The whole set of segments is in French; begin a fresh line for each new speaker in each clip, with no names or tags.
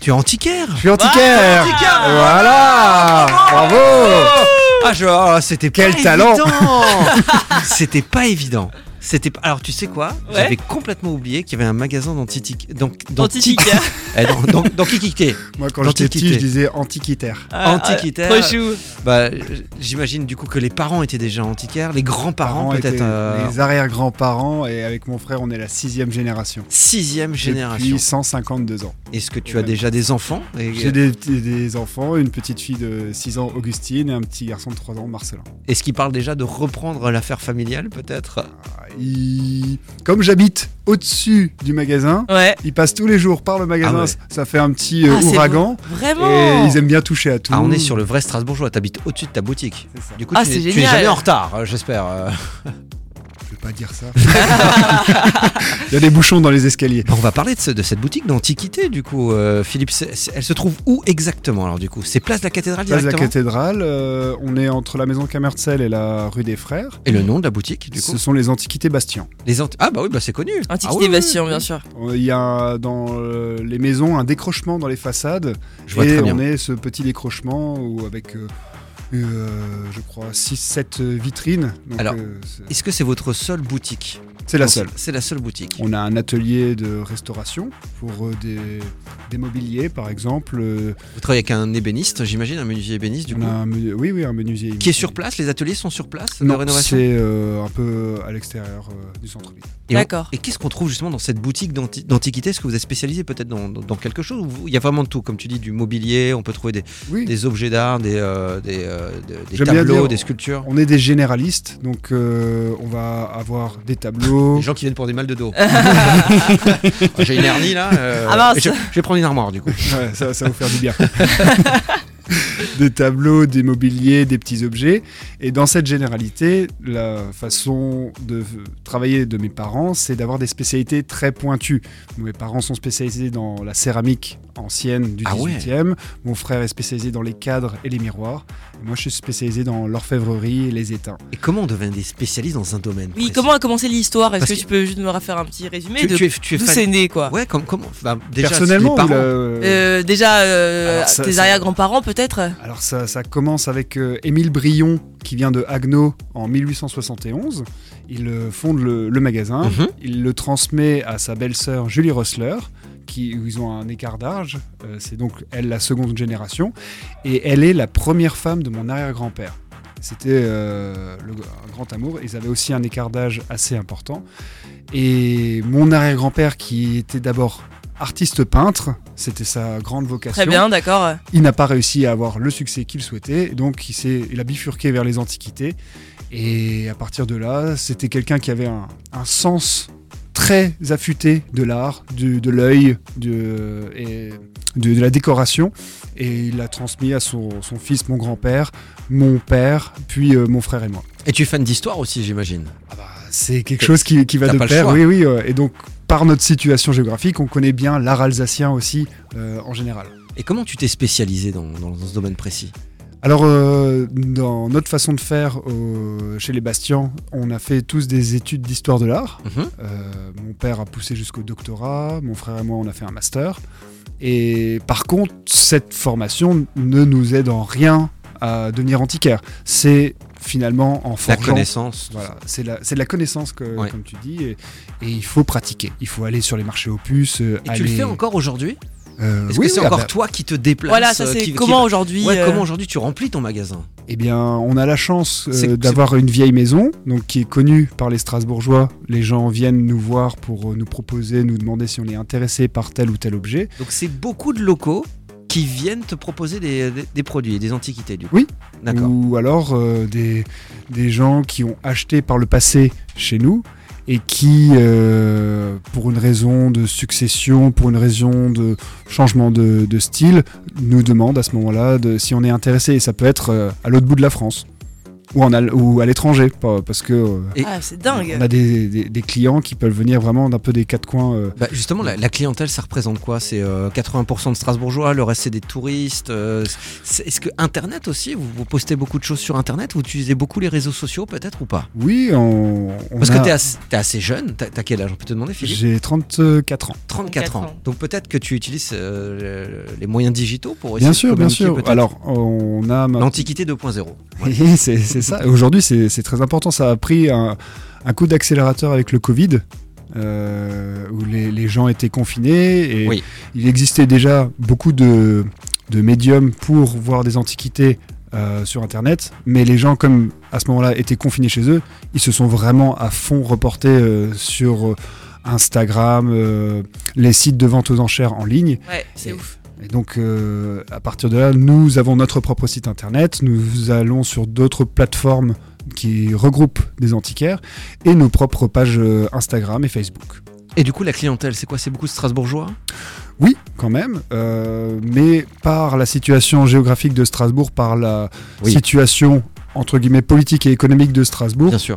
Tu es antiquaire
Ah, Je suis antiquaire.
antiquaire.
Ah,
voilà. Bravo.
Ah, je, oh, c'était
Quel
pas
talent.
évident. C'était pas évident. C'était pas- alors tu sais quoi
Ouais.
J'avais complètement oublié qu'il y avait un magasin d'antiquités. Donc
Antiquité.
dans, eh, dans, dans Kikité.
Moi, quand j'étais petit,
Antiquité.
je disais antiquitaire.
Ah,
Antiquitaire.
Trop chou.
Bah, j'imagine du coup que les parents étaient déjà antiquaires, les grands-parents
Parents
peut-être
étaient
euh,
Les arrière-grands-parents et avec mon frère, on est la sixième génération.
sixième génération.
Depuis 152 ans.
Est-ce que tu as déjà des enfants Et- euh,
J'ai des, des- des enfants, une petite fille de 6 ans, Augustine, et un petit garçon de 3 ans, Marcelin.
Est-ce qu'ils parlent déjà de reprendre l'affaire familiale peut-être
Bah, Il- Comme j'habite au-dessus du magasin,
Ouais.
ils passent tous les jours par le magasin.
Ah ouais.
Ça fait un petit euh,
Ah, c'est
ouragan.
Vraiment.
Et ils aiment bien toucher à tout.
Ah, on est sur le vrai Strasbourgeois. T'habites au-dessus de ta boutique.
C'est ça.
Du coup,
Ah,
tu,
c'est
n'es- tu n'es
génial.
jamais en retard, euh, j'espère. euh.
Je vais pas dire ça. Il y a des bouchons dans les escaliers.
Bah, On va parler de, ce- de cette boutique d'antiquité, du coup, euh, Philippe. c'est- c'est- elle se trouve où exactement Alors, du coup, c'est place de la cathédrale
Place de la
directement.
cathédrale, euh, on est entre la maison Camercel et la rue des Frères.
Et le nom de la boutique, du
Ce
coup
sont les antiquités Bastien.
les anti- Ah bah oui, bah c'est connu. Ah oui,
Antiquité
oui,
Bastien,
oui.
bien sûr.
Euh, Il y a dans euh, les maisons un décrochement dans les façades
Je vois
et
très bien.
on est ce petit décrochement où avec euh, euh, je crois 6 7 vitrines. Donc,
Alors,
euh, c'est-
Est-ce que c'est votre seule boutique
c'est la seule.
C'est la seule boutique.
On a un atelier de restauration pour euh, des, des mobiliers par exemple. euh,
Vous travaillez avec un ébéniste, j'imagine, un menuisier ébéniste, du
on
coup.
a un menu- oui oui un menuisier
Qui est sur place Les ateliers sont sur place de
Non,
rénovation
c'est euh, un peu à l'extérieur euh, du centre-ville.
Et on-
D'accord.
Et qu'est-ce qu'on trouve justement dans cette boutique d'anti- d'antiquité Est-ce que vous êtes spécialisé peut-être dans, dans- dans quelque chose ou vous- Il y a vraiment de tout, comme tu dis, du mobilier, on peut trouver des,
Oui.
des objets d'art, des, euh, des, euh, des- des
J'aime bien
tableaux,
dire-
des sculptures.
On est des généralistes, donc euh, on va avoir des tableaux.
Les gens qui viennent pour des mal de dos. J'ai une hernie là. euh,
Ah mince.
je, je vais prendre une armoire du coup.
Ouais, ça, ça va vous faire du bien. des tableaux, des mobiliers, des petits objets. Et dans cette généralité, la façon de travailler de mes parents, c'est d'avoir des spécialités très pointues. Mes parents sont spécialisés dans la céramique ancienne du
Ah ouais.
18e. Mon frère est spécialisé dans les cadres et les miroirs. Et moi, je suis spécialisé dans l'orfèvrerie et les étains.
Et comment on devient des spécialistes dans un domaine
Oui,
précis
comment a commencé l'histoire Est-ce
Parce
que
que-
tu peux juste me refaire un petit résumé
tu,
de
tu es, tu es
d'où
fan-
c'est né, quoi
Ouais, comme, comment bah, déjà,
Personnellement,
les parents.
ou le-
Euh, déjà, euh,
Alors, ça-
tes
ça-
arrière-grands-parents peut-être
Alors ça, ça commence avec euh, Émile Brion qui vient de Haguenau en 1871. Il euh, fonde le, le magasin.
Mhm.
Il le transmet à sa belle-sœur Julie Rossler, qui où ils ont un écart d'âge. Euh, C'est donc elle la seconde génération et elle est la première femme de mon arrière-grand-père. C'était euh, le- un grand amour. Ils avaient aussi un écart d'âge assez important. Et mon arrière-grand-père, qui était d'abord artiste peintre, c'était sa grande vocation.
Très bien, d'accord.
Il n'a pas réussi à avoir le succès qu'il souhaitait, donc il, s'est- il a bifurqué vers les antiquités. Et à partir de là, c'était quelqu'un qui avait un, un sens très affûté de l'art, du- de l'œil, du- et de, de la décoration. Et il l'a transmis à son, son fils, mon grand-père, mon père, puis euh, mon frère et moi.
Et tu es fan d'histoire aussi, j'imagine.
Ah bah, c'est quelque chose qui, qui va
T'as
de
pas le
pair,
choix.
oui, oui. euh, Et donc, par notre situation géographique, on connaît bien l'art alsacien aussi, euh, en général.
Et comment tu t'es spécialisé dans, dans- dans ce domaine précis
Alors, euh, dans notre façon de faire euh, chez les Bastians, on a fait tous des études d'histoire de l'art.
Mhm.
Euh, mon père a poussé jusqu'au doctorat, mon frère et moi, on a fait un master. Et par contre, cette formation ne nous aide en rien à devenir antiquaire. C'est finalement en
La
forgeant.
connaissance. tout
Voilà, c'est la- c'est de la connaissance, que,
Ouais.
comme tu dis, et, et il faut pratiquer. Il faut aller sur les marchés aux puces. euh,
ça. Et tu le
aller-
fais encore aujourd'hui
Euh,
Est-ce
oui,
que c'est
oui, ah
encore
bah,
toi qui te déplaces
Voilà, ça
euh,
c'est
qui- qui-
comment aujourd'hui
Ouais,
euh,
comment aujourd'hui tu remplis ton magasin
Eh bien, on a la chance euh,
C'est- c'est-
d'avoir une vieille maison, donc qui est connue par les Strasbourgeois. Les gens viennent nous voir pour euh, nous proposer, nous demander si on est intéressé par tel ou tel objet.
Donc c'est beaucoup de locaux qui viennent te proposer des, des- des produits, des antiquités du coup.
Oui.
D'accord.
Ou alors euh, des, des gens qui ont acheté par le passé chez nous et qui, euh, pour une raison de succession, pour une raison de changement de, de style, nous demandent à ce moment-là de- si on est intéressé. Et ça peut être euh, à l'autre bout de la France. ou, en, Al- ou à l'étranger, pas- parce que euh,
Et-
Ah, c'est dingue.
on a des, des- des clients qui peuvent venir vraiment d'un peu des quatre coins. euh,
Bah, justement, la, la clientèle, ça représente quoi C'est euh, 80% de Strasbourgeois, le reste c'est des touristes. euh, c'est- Est-ce que Internet aussi vous, vous postez beaucoup de choses sur Internet Vous utilisez beaucoup les réseaux sociaux peut-être ou pas
Oui, on, on
Parce
a-
que t'es as- t'es assez jeune. T'as t'as quel âge On peut te demander, Philippe
j'ai 34 ans.
34 ans.
34 ans.
Donc peut-être que tu utilises euh, les moyens digitaux pour essayer
Bien
de
sûr, bien
communiquer,
sûr.
peut-être.
Alors, on a ma-
L'Antiquité 2.0.
c'est c'est ça. Et Aujourd'hui, c'est c'est très important. Ça a pris un, un coup d'accélérateur avec le Covid, euh, où les, les gens étaient confinés. Et
Oui.
Il existait déjà beaucoup de, de médiums pour voir des antiquités euh, sur Internet. Mais les gens, comme à ce moment-là, étaient confinés chez eux, ils se sont vraiment à fond reportés euh, sur euh, Instagram, euh, les sites de vente aux enchères en ligne.
Ouais, c'est
Et-
ouf.
Et donc, euh, à partir de là, nous avons notre propre site internet, nous allons sur d'autres plateformes qui regroupent des antiquaires et nos propres pages euh, Instagram et Facebook.
Et du coup, la clientèle, c'est quoi C'est beaucoup de Strasbourgeois
Oui, quand même, euh, mais par la situation géographique de Strasbourg, par la
Oui.
situation entre guillemets politique et économique de Strasbourg,
Bien sûr.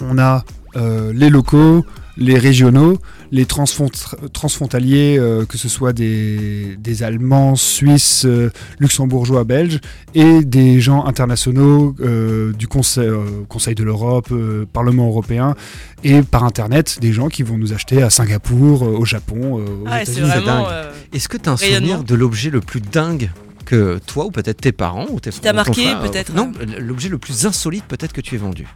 on a euh, les locaux, les régionaux, les transfont- transfrontaliers, euh, que ce soit des, des Allemands, Suisses, euh, Luxembourgeois, Belges, et des gens internationaux euh, du Conseil, euh, Conseil de l'Europe, euh, Parlement européen, et par Internet, des gens qui vont nous acheter à Singapour, euh, au Japon, euh, aux
Ah, c'est
États-Unis.
c'est
vraiment.
dingue.
euh,
Est-ce que tu as un
Rayonnement.
souvenir de l'objet le plus dingue que toi ou peut-être tes parents ou tes
Qui t'a
ou ton
marqué,
frère, euh,
peut-être. hein.
Non, l'objet le plus insolite peut-être que tu aies vendu.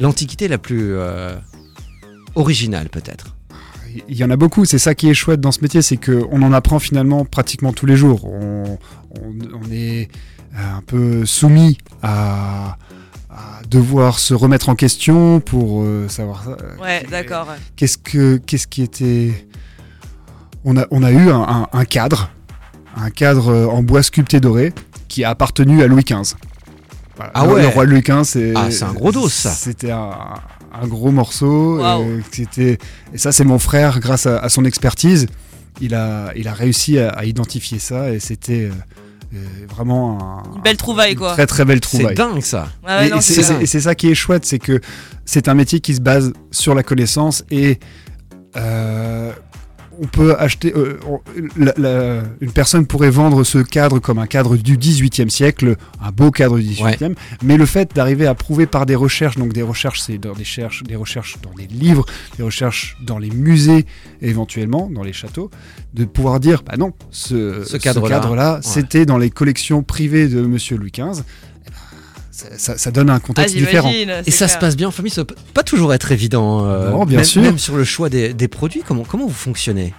L'antiquité la plus euh, originale peut-être.
Il y en a beaucoup, c'est ça qui est chouette dans ce métier, c'est qu'on en apprend finalement pratiquement tous les jours. On, on- on est euh, un peu soumis à, à devoir se remettre en question pour euh, savoir ça.
Ouais, d'accord.
Qu'est-ce, que, qu'est-ce qui était... On a, on a eu un, un- un cadre, un cadre euh, en bois sculpté doré qui a appartenu à Louis XV. Voilà,
Ah
le-
ouais.
Le roi Louis XV, c'est,
Ah, c'est un gros dos, ça.
C'était un, un gros morceau.
Waouh.
euh, c'était, et ça, c'est mon frère, grâce à, à son expertise, il a, il a réussi à, à identifier ça et c'était euh, euh, vraiment un-
Une belle trouvaille,
une
quoi.
Très très belle
C'est
trouvaille.
dingue ça.
Ouais, ouais,
Et-
non,
et
c'est
c'est-
dingue.
c'est- et c'est ça qui est chouette, c'est que c'est un métier qui se base sur la connaissance et euh, on peut acheter. euh, on- la- la- une personne pourrait vendre ce cadre comme un cadre du 18e siècle, un beau cadre du 18e, mais le fait d'arriver à prouver par des recherches, donc des recherches, c'est dans des, cherches, des recherches dans des livres, des recherches dans les musées, éventuellement, dans les châteaux, de pouvoir dire bah non, ce,
Ce cadre-là,
cadre-là, c'était dans les collections privées de monsieur Louis XV. Eh ben, Ça, ça- ça donne un
Ah,
contexte différent.
j'imagine.
Et ça se passe bien en famille, ça peut pas toujours être évident. euh,
Non, bien
même,
sûr.
même sur le choix des, des produits, comment, comment vous fonctionnez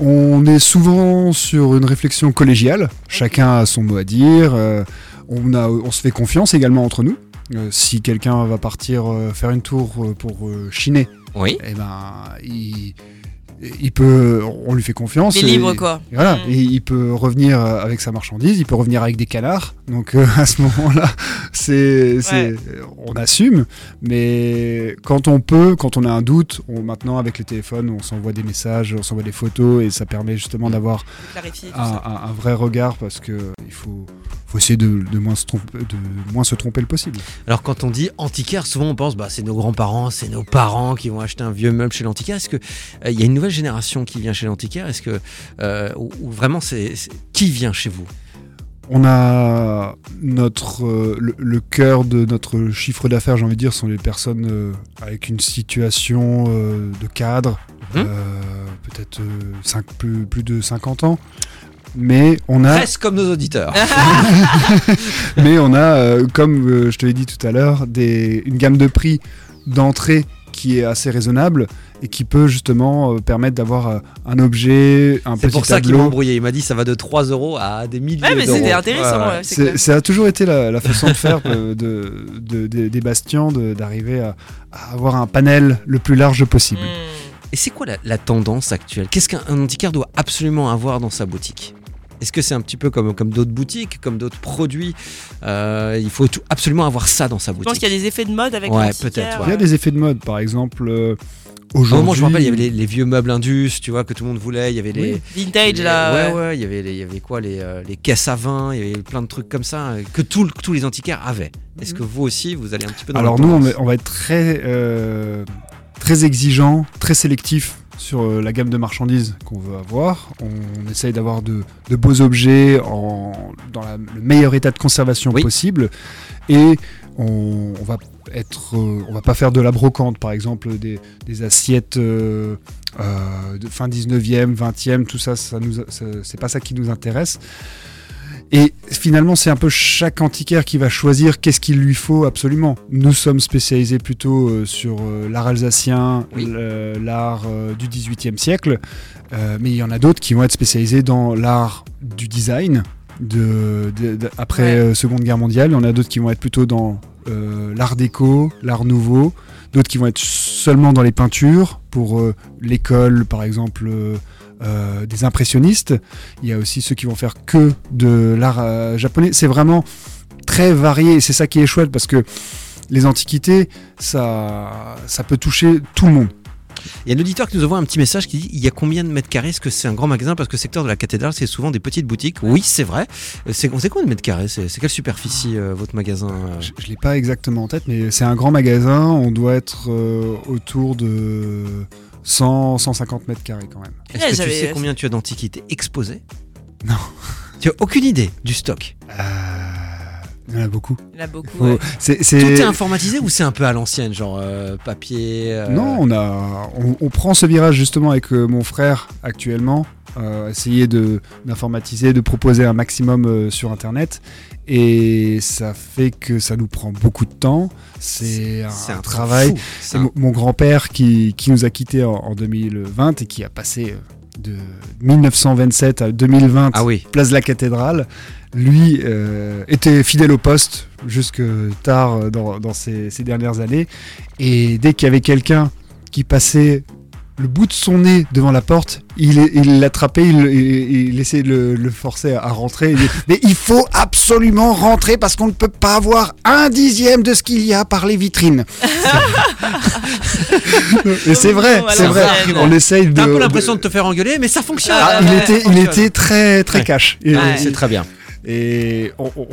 On est souvent sur une réflexion collégiale. Chacun a son mot à dire. euh, on, a, on se fait confiance également entre nous. Euh, si quelqu'un va partir euh, faire une tour euh, pour euh, chiner,
Oui.
eh ben, il, il peut, on lui fait confiance.
Des
et-
euh,
libres, quoi.
Et Voilà,
Mm.
et il peut revenir euh, avec sa marchandise, il peut revenir avec des canards. Donc euh, à ce moment-là, c'est, c'est- on assume. Mais quand on peut, quand on a un doute, on, maintenant avec les téléphones, on s'envoie des messages, on s'envoie des photos, et ça permet justement d'avoir
Clarifier Mm. tout
Ah.
un,
ça.
un- un vrai regard parce que euh, il faut, faut essayer de, de moins se tromper, de moins se tromper le possible.
Alors quand on dit antiquaire, souvent on pense bah c'est nos grands-parents, c'est nos parents qui vont acheter un vieux meuble chez l'antiquaire. Est-ce que euh, il y a une nouvelle génération qui vient chez l'antiquaire Est-ce que euh, ou, ou vraiment c'est c'est- qui vient chez vous
On a notre euh, le, le cœur de notre chiffre d'affaires, j'ai envie de dire, sont les personnes euh, avec une situation euh, de cadre,
Mhm.
euh, peut-être euh, cinq- plus, plus de 50 ans. Mais on a,
Presque comme nos auditeurs.
mais on a euh, comme euh, je te l'ai dit tout à l'heure, des- une gamme de prix d'entrée qui est assez raisonnable et qui peut justement euh, permettre d'avoir euh, un objet, un
C'est
petit
pour ça qu'il m'a
tableau.
embrouillé. Il m'a dit ça va de 3 euros à des milliers
Ouais, mais
d'euros.
c'était intéressant.
Ouais, ouais.
ouais, c'est
C'est-
clair.
Ça a toujours été la, la façon de faire euh, de, de- des- des Bastians, de- d'arriver à, à avoir un panel le plus large possible.
Hmm.
Et c'est quoi la, la tendance actuelle Qu'est-ce qu'un un antiquaire doit absolument avoir dans sa boutique Est-ce que c'est un petit peu comme, comme d'autres boutiques, comme d'autres produits Euh, Il faut tout- absolument avoir ça dans sa
Je pense
boutique.
qu'il y a des effets de mode avec
Ouais,
l'antiquaire. euh,
peut-être,
Il y a des effets de mode, par exemple, euh,
Au
aujourd'hui.
moment, Ah, je me rappelle, il y avait les, les vieux meubles Indus, tu vois, que tout le monde voulait. Il y avait les,
Vintage,
les-
là. euh,
Ouais, ouais, il y avait, les- il y avait quoi les, euh, les caisses à vin, il y avait plein de trucs comme ça euh, que tout le- tous les antiquaires avaient.
Mhm.
Est-ce que vous aussi, vous allez un petit peu dans
Alors
la
nous, on
tendance
va, on va être très, euh, très exigeant, très sélectif sur euh, la gamme de marchandises qu'on veut avoir. On essaye d'avoir de, de beaux objets en, dans la- le meilleur état de conservation
Oui.
possible. Et on, on va être, euh, on va pas faire de la brocante, par exemple, des, des assiettes euh, euh, de fin 19e, 20e, tout ça, ça nous, ça- c'est pas ça qui nous intéresse. Et finalement, c'est un peu chaque antiquaire qui va choisir qu'est-ce qu'il lui faut absolument. Nous sommes spécialisés plutôt euh, sur euh, l'art alsacien,
Oui.
le- l'art euh, du 18e siècle, euh, mais il y en a d'autres qui vont être spécialisés dans l'art du design de, de- de- après
Ouais.
euh, Seconde Guerre mondiale. Il y en a d'autres qui vont être plutôt dans euh, l'art déco, l'art nouveau, d'autres qui vont être seulement dans les peintures, pour euh, l'école par exemple euh, euh, des impressionnistes. Il y a aussi ceux qui vont faire que de l'art euh, japonais. C'est vraiment très varié et c'est ça qui est chouette parce que les antiquités, ça, ça peut toucher tout le monde.
Il y a un auditeur qui nous envoie un petit message qui dit il y a combien de mètres carrés Est-ce que c'est un grand magasin Parce que le secteur de la cathédrale, c'est souvent des petites boutiques. Oui, c'est vrai. Euh, C'est c'est combien de mètres carrés C'est c'est quelle superficie euh, votre magasin euh
Je ne l'ai pas exactement en tête, mais c'est un grand magasin. On doit être euh, autour de 100, 150 mètres carrés quand même.
Est-ce
Ouais,
que tu
j'avais-
sais combien tu as d'antiquités exposées
Non.
Tu as aucune idée du stock.
Euh, il y en a beaucoup.
Il y en a beaucoup.
Faut-
ouais.
c'est-
Tout
c'est-
est informatisé ou c'est un peu à l'ancienne, genre euh, papier euh,
Non, on, a, on, on prend ce virage justement avec euh, mon frère actuellement, euh, essayer de- d'informatiser, de, proposer un maximum euh, sur Internet. Et ça fait que ça nous prend beaucoup de temps. C'est un,
temps
travail.
fou. hein. C'est
C'est
un-
mon, mon grand-père qui, qui nous a quittés en, en 2020 et qui a passé euh, de 1927 à 2020
Ah oui.
place de la cathédrale. Lui euh, était fidèle au poste jusque tard euh, dans, dans ces, ces dernières années. Et dès qu'il y avait quelqu'un qui passait le bout de son nez devant la porte, il il l'attrapait, il, il, il essayait de le, le forcer à rentrer. Il dit, Mais il faut absolument rentrer parce qu'on ne peut pas avoir un dixième de ce qu'il y a par les vitrines. Et c'est vrai,
Oh, à
c'est vrai.
l'ancienne.
On essaye de.
T'as un peu l'impression de te faire engueuler, mais ça fonctionne.
Ah,
Ouais,
il
ouais,
était, il était très, très
Ouais.
cash. Et-
Ah,
Ouais.
C'est très bien.
et on, on-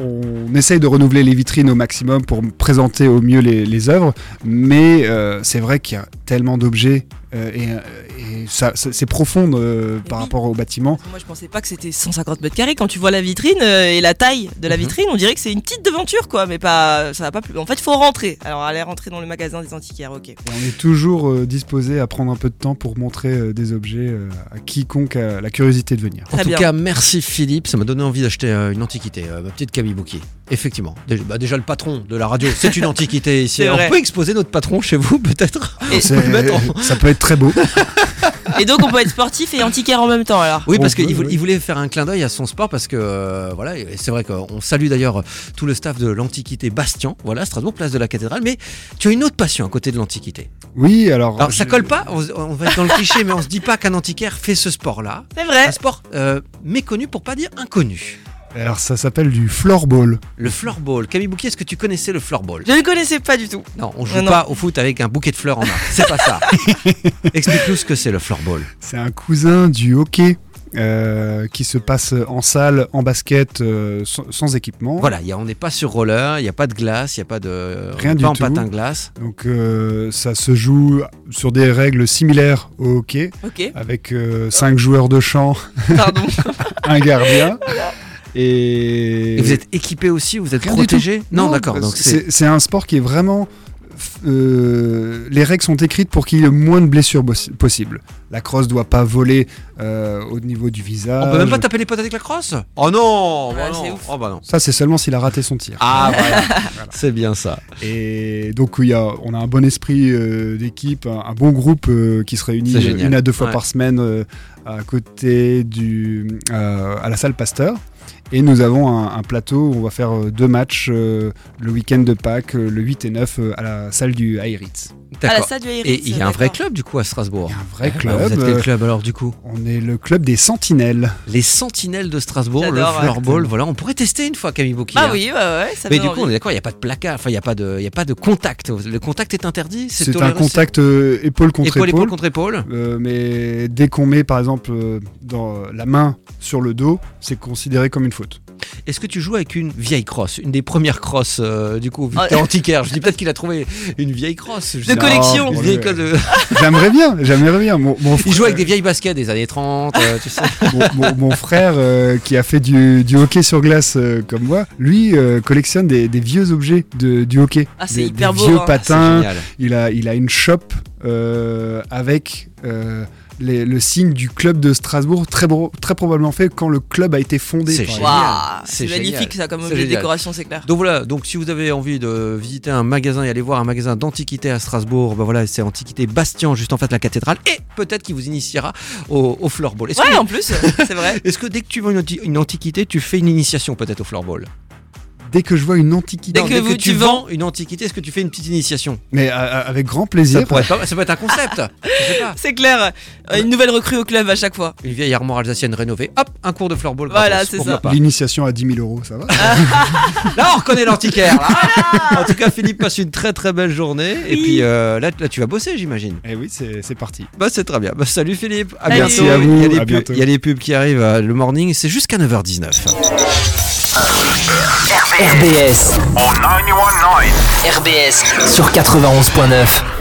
on essaye de renouveler les vitrines au maximum pour présenter au mieux les, les œuvres, mais euh, c'est vrai qu'il y a tellement d'objets euh, et, euh, et ça, ça- c'est profond euh, par
Oui.
rapport au bâtiment.
Moi, je pensais pas que c'était 150 mètres carrés. Quand tu vois la vitrine euh, et la taille de la
Mhm.
vitrine, on dirait que c'est une petite devanture, quoi. Mais pas, ça va pas plus. En fait, il faut rentrer. Alors, allez rentrer dans le magasin des antiquaires, ok.
Et on est toujours euh, disposé à prendre un peu de temps pour montrer euh, des objets euh, à quiconque a la curiosité de venir.
En
Très
tout
bien.
cas, merci Philippe, ça m'a donné envie d'acheter euh, une antiquité, euh, ma petite Camille Bouquier. Effectivement. Déjà, bah, déjà, le patron de la radio, c'est une antiquité ici.
C'est
On
vrai.
peut exposer notre patron chez vous, peut-être
Et-
C'est-
le mettre en-
ça peut être très beau.
Et donc, on peut être sportif et antiquaire en même temps, alors.
Oui,
On
parce
peut,
qu'il voulait,
oui.
il voulait faire un clin d'œil à son sport, parce que, euh, voilà, et c'est vrai qu'on salue d'ailleurs tout le staff de l'Antiquité Bastien, voilà, Strasbourg, place de la cathédrale, mais tu as une autre passion à côté de l'Antiquité.
Oui, alors.
Alors, ça
Oh, je-
colle pas, on, on va être dans le cliché, mais on se dit pas qu'un antiquaire fait ce sport-là.
C'est vrai.
Un sport euh, méconnu pour pas dire inconnu.
Alors ça s'appelle du floorball.
Le floorball. Camille Bouquier, est-ce que tu connaissais le floorball
Je ne connaissais pas du tout.
Non, on joue
Non, non.
pas au foot avec un bouquet de fleurs en main. C'est pas ça. Explique-nous ce que c'est le floorball.
C'est un cousin du hockey. euh, qui se passe en salle, en basket, euh, sans, sans équipement.
Voilà, y a- on n'est pas sur roller, il n'y a pas de glace, il n'y a pas de.
Rien
on est
du
pas en
tout.
patin glace.
Donc euh, ça se joue sur des règles similaires au hockey,
Ok.
avec 5 joueurs de champ,
Pardon.
un gardien. Et,
Et vous êtes équipé aussi, vous êtes
Rien du
protégé Non, d'accord.
euh,
Donc c'est.
c'est c'est un sport qui est vraiment... f- euh, les règles sont écrites pour qu'il y ait le moins de blessures bossi- possible. La crosse doit pas voler euh, au niveau du visage.
On peut même pas taper les potes avec la crosse Oh non, bah
Ouais,
non.
c'est ouf.
Oh bah non.
Ça euh, c'est seulement s'il a raté son tir.
Ah voilà. C'est bien ça.
Et donc il y a, on a un bon esprit euh, d'équipe, un, un bon groupe euh, qui se réunit
C'est génial.
une à deux fois
Ouais.
par semaine euh, à côté du euh, à la salle Pasteur. Et nous avons un, un plateau où on va faire euh, deux matchs euh, le week-end de Pâques, euh, le 8 et 9, euh, à la salle du Airitz.
À la
D'accord.
salle du Airitz,
Et il y a un
d'accord.
vrai club du coup à Strasbourg.
Il y a un vrai
Ah,
club.
Vous êtes quel
euh,
club alors du coup
On est le club des Sentinelles.
Les Sentinelles de Strasbourg, le
J'adore, ouais.
floorball, voilà, on pourrait tester une fois Camille Bouquier.
Bah
hein.
oui, bah ouais, ça
Mais
donne
du coup, on
envie.
est d'accord, il n'y a pas de placard, enfin, il n'y a, pas de- il y a pas de contact. Le contact est interdit
C'est un
toléré,
contact euh, épaule
c'est
contre
épaule, épaule
épaule.
contre épaule.
Euh, mais dès qu'on met par exemple euh, dans la main sur le dos, c'est considéré comme une faute.
Est-ce que tu joues avec une vieille crosse Une des premières crosses, euh, du coup,
Ah.
Victor Antiquaire. Je dis peut-être qu'il a trouvé une vieille crosse. je sais
De
pas.
collection.
Une
Oh,
vieille
le-
crosse de-
J'aimerais bien, j'aimerais bien. Mon, mon
Il
frère,
joue avec des vieilles baskets des années 30, euh, tu sais.
mon- mon- mon frère, euh, qui a fait du, du hockey sur glace euh, comme moi, lui euh, collectionne des, des vieux objets de, du hockey.
Ah, c'est
Des-
hyper
des
beau,
Vieux
hein.
C'est
patins.
génial.
Il a, il a une shop euh, avec euh, les- le signe du club de Strasbourg, très, bro- très probablement fait quand le club a été fondé.
C'est
par
génial.
exemple.
Waouh,
C'est
c'est magnifique
génial.
ça comme
C'est
objet de
génial.
décoration, c'est clair.
Donc voilà, donc si vous avez envie de visiter un magasin et aller voir un magasin d'antiquités à Strasbourg, bah voilà, c'est Antiquité Bastien, juste en face de la cathédrale, et peut-être qu'il vous initiera au, au floorball. Est-ce que
Ouais, en plus, euh, c'est vrai.
Est-ce que dès que tu vends une, anti- une antiquité, tu fais une initiation peut-être au floorball
Dès que je vois une antiquité,
Dès que vous-
tu
tu
vends une antiquité, est-ce que tu fais une petite initiation
mais à- à- avec grand
ça
plaisir.
pourrait, être pas mal, ça peut être un concept je sais pas.
C'est clair. Euh, Une nouvelle recrue au club à chaque fois.
Une vieille armoire alsacienne rénovée, hop, un cours de floorball.
Voilà,
gratos,
c'est
pourquoi
ça.
pas.
L'initiation à 10 000 euros, ça va
Là, on reconnaît l'antiquaire. là. en tout cas, Philippe passe une très très belle journée. Et
Oui.
puis euh, là, là, tu vas bosser, j'imagine.
Eh oui, c'est c'est parti.
Bah, c'est très bien. Bah, salut Philippe. À
Salut.
bientôt.
Merci à
vous,
Il y a les
à
pubs-
bientôt.
Il y a les pubs qui arrivent euh, le morning. C'est jusqu'à 9h19.
RBS,
on 919.
RBS sur 91.9.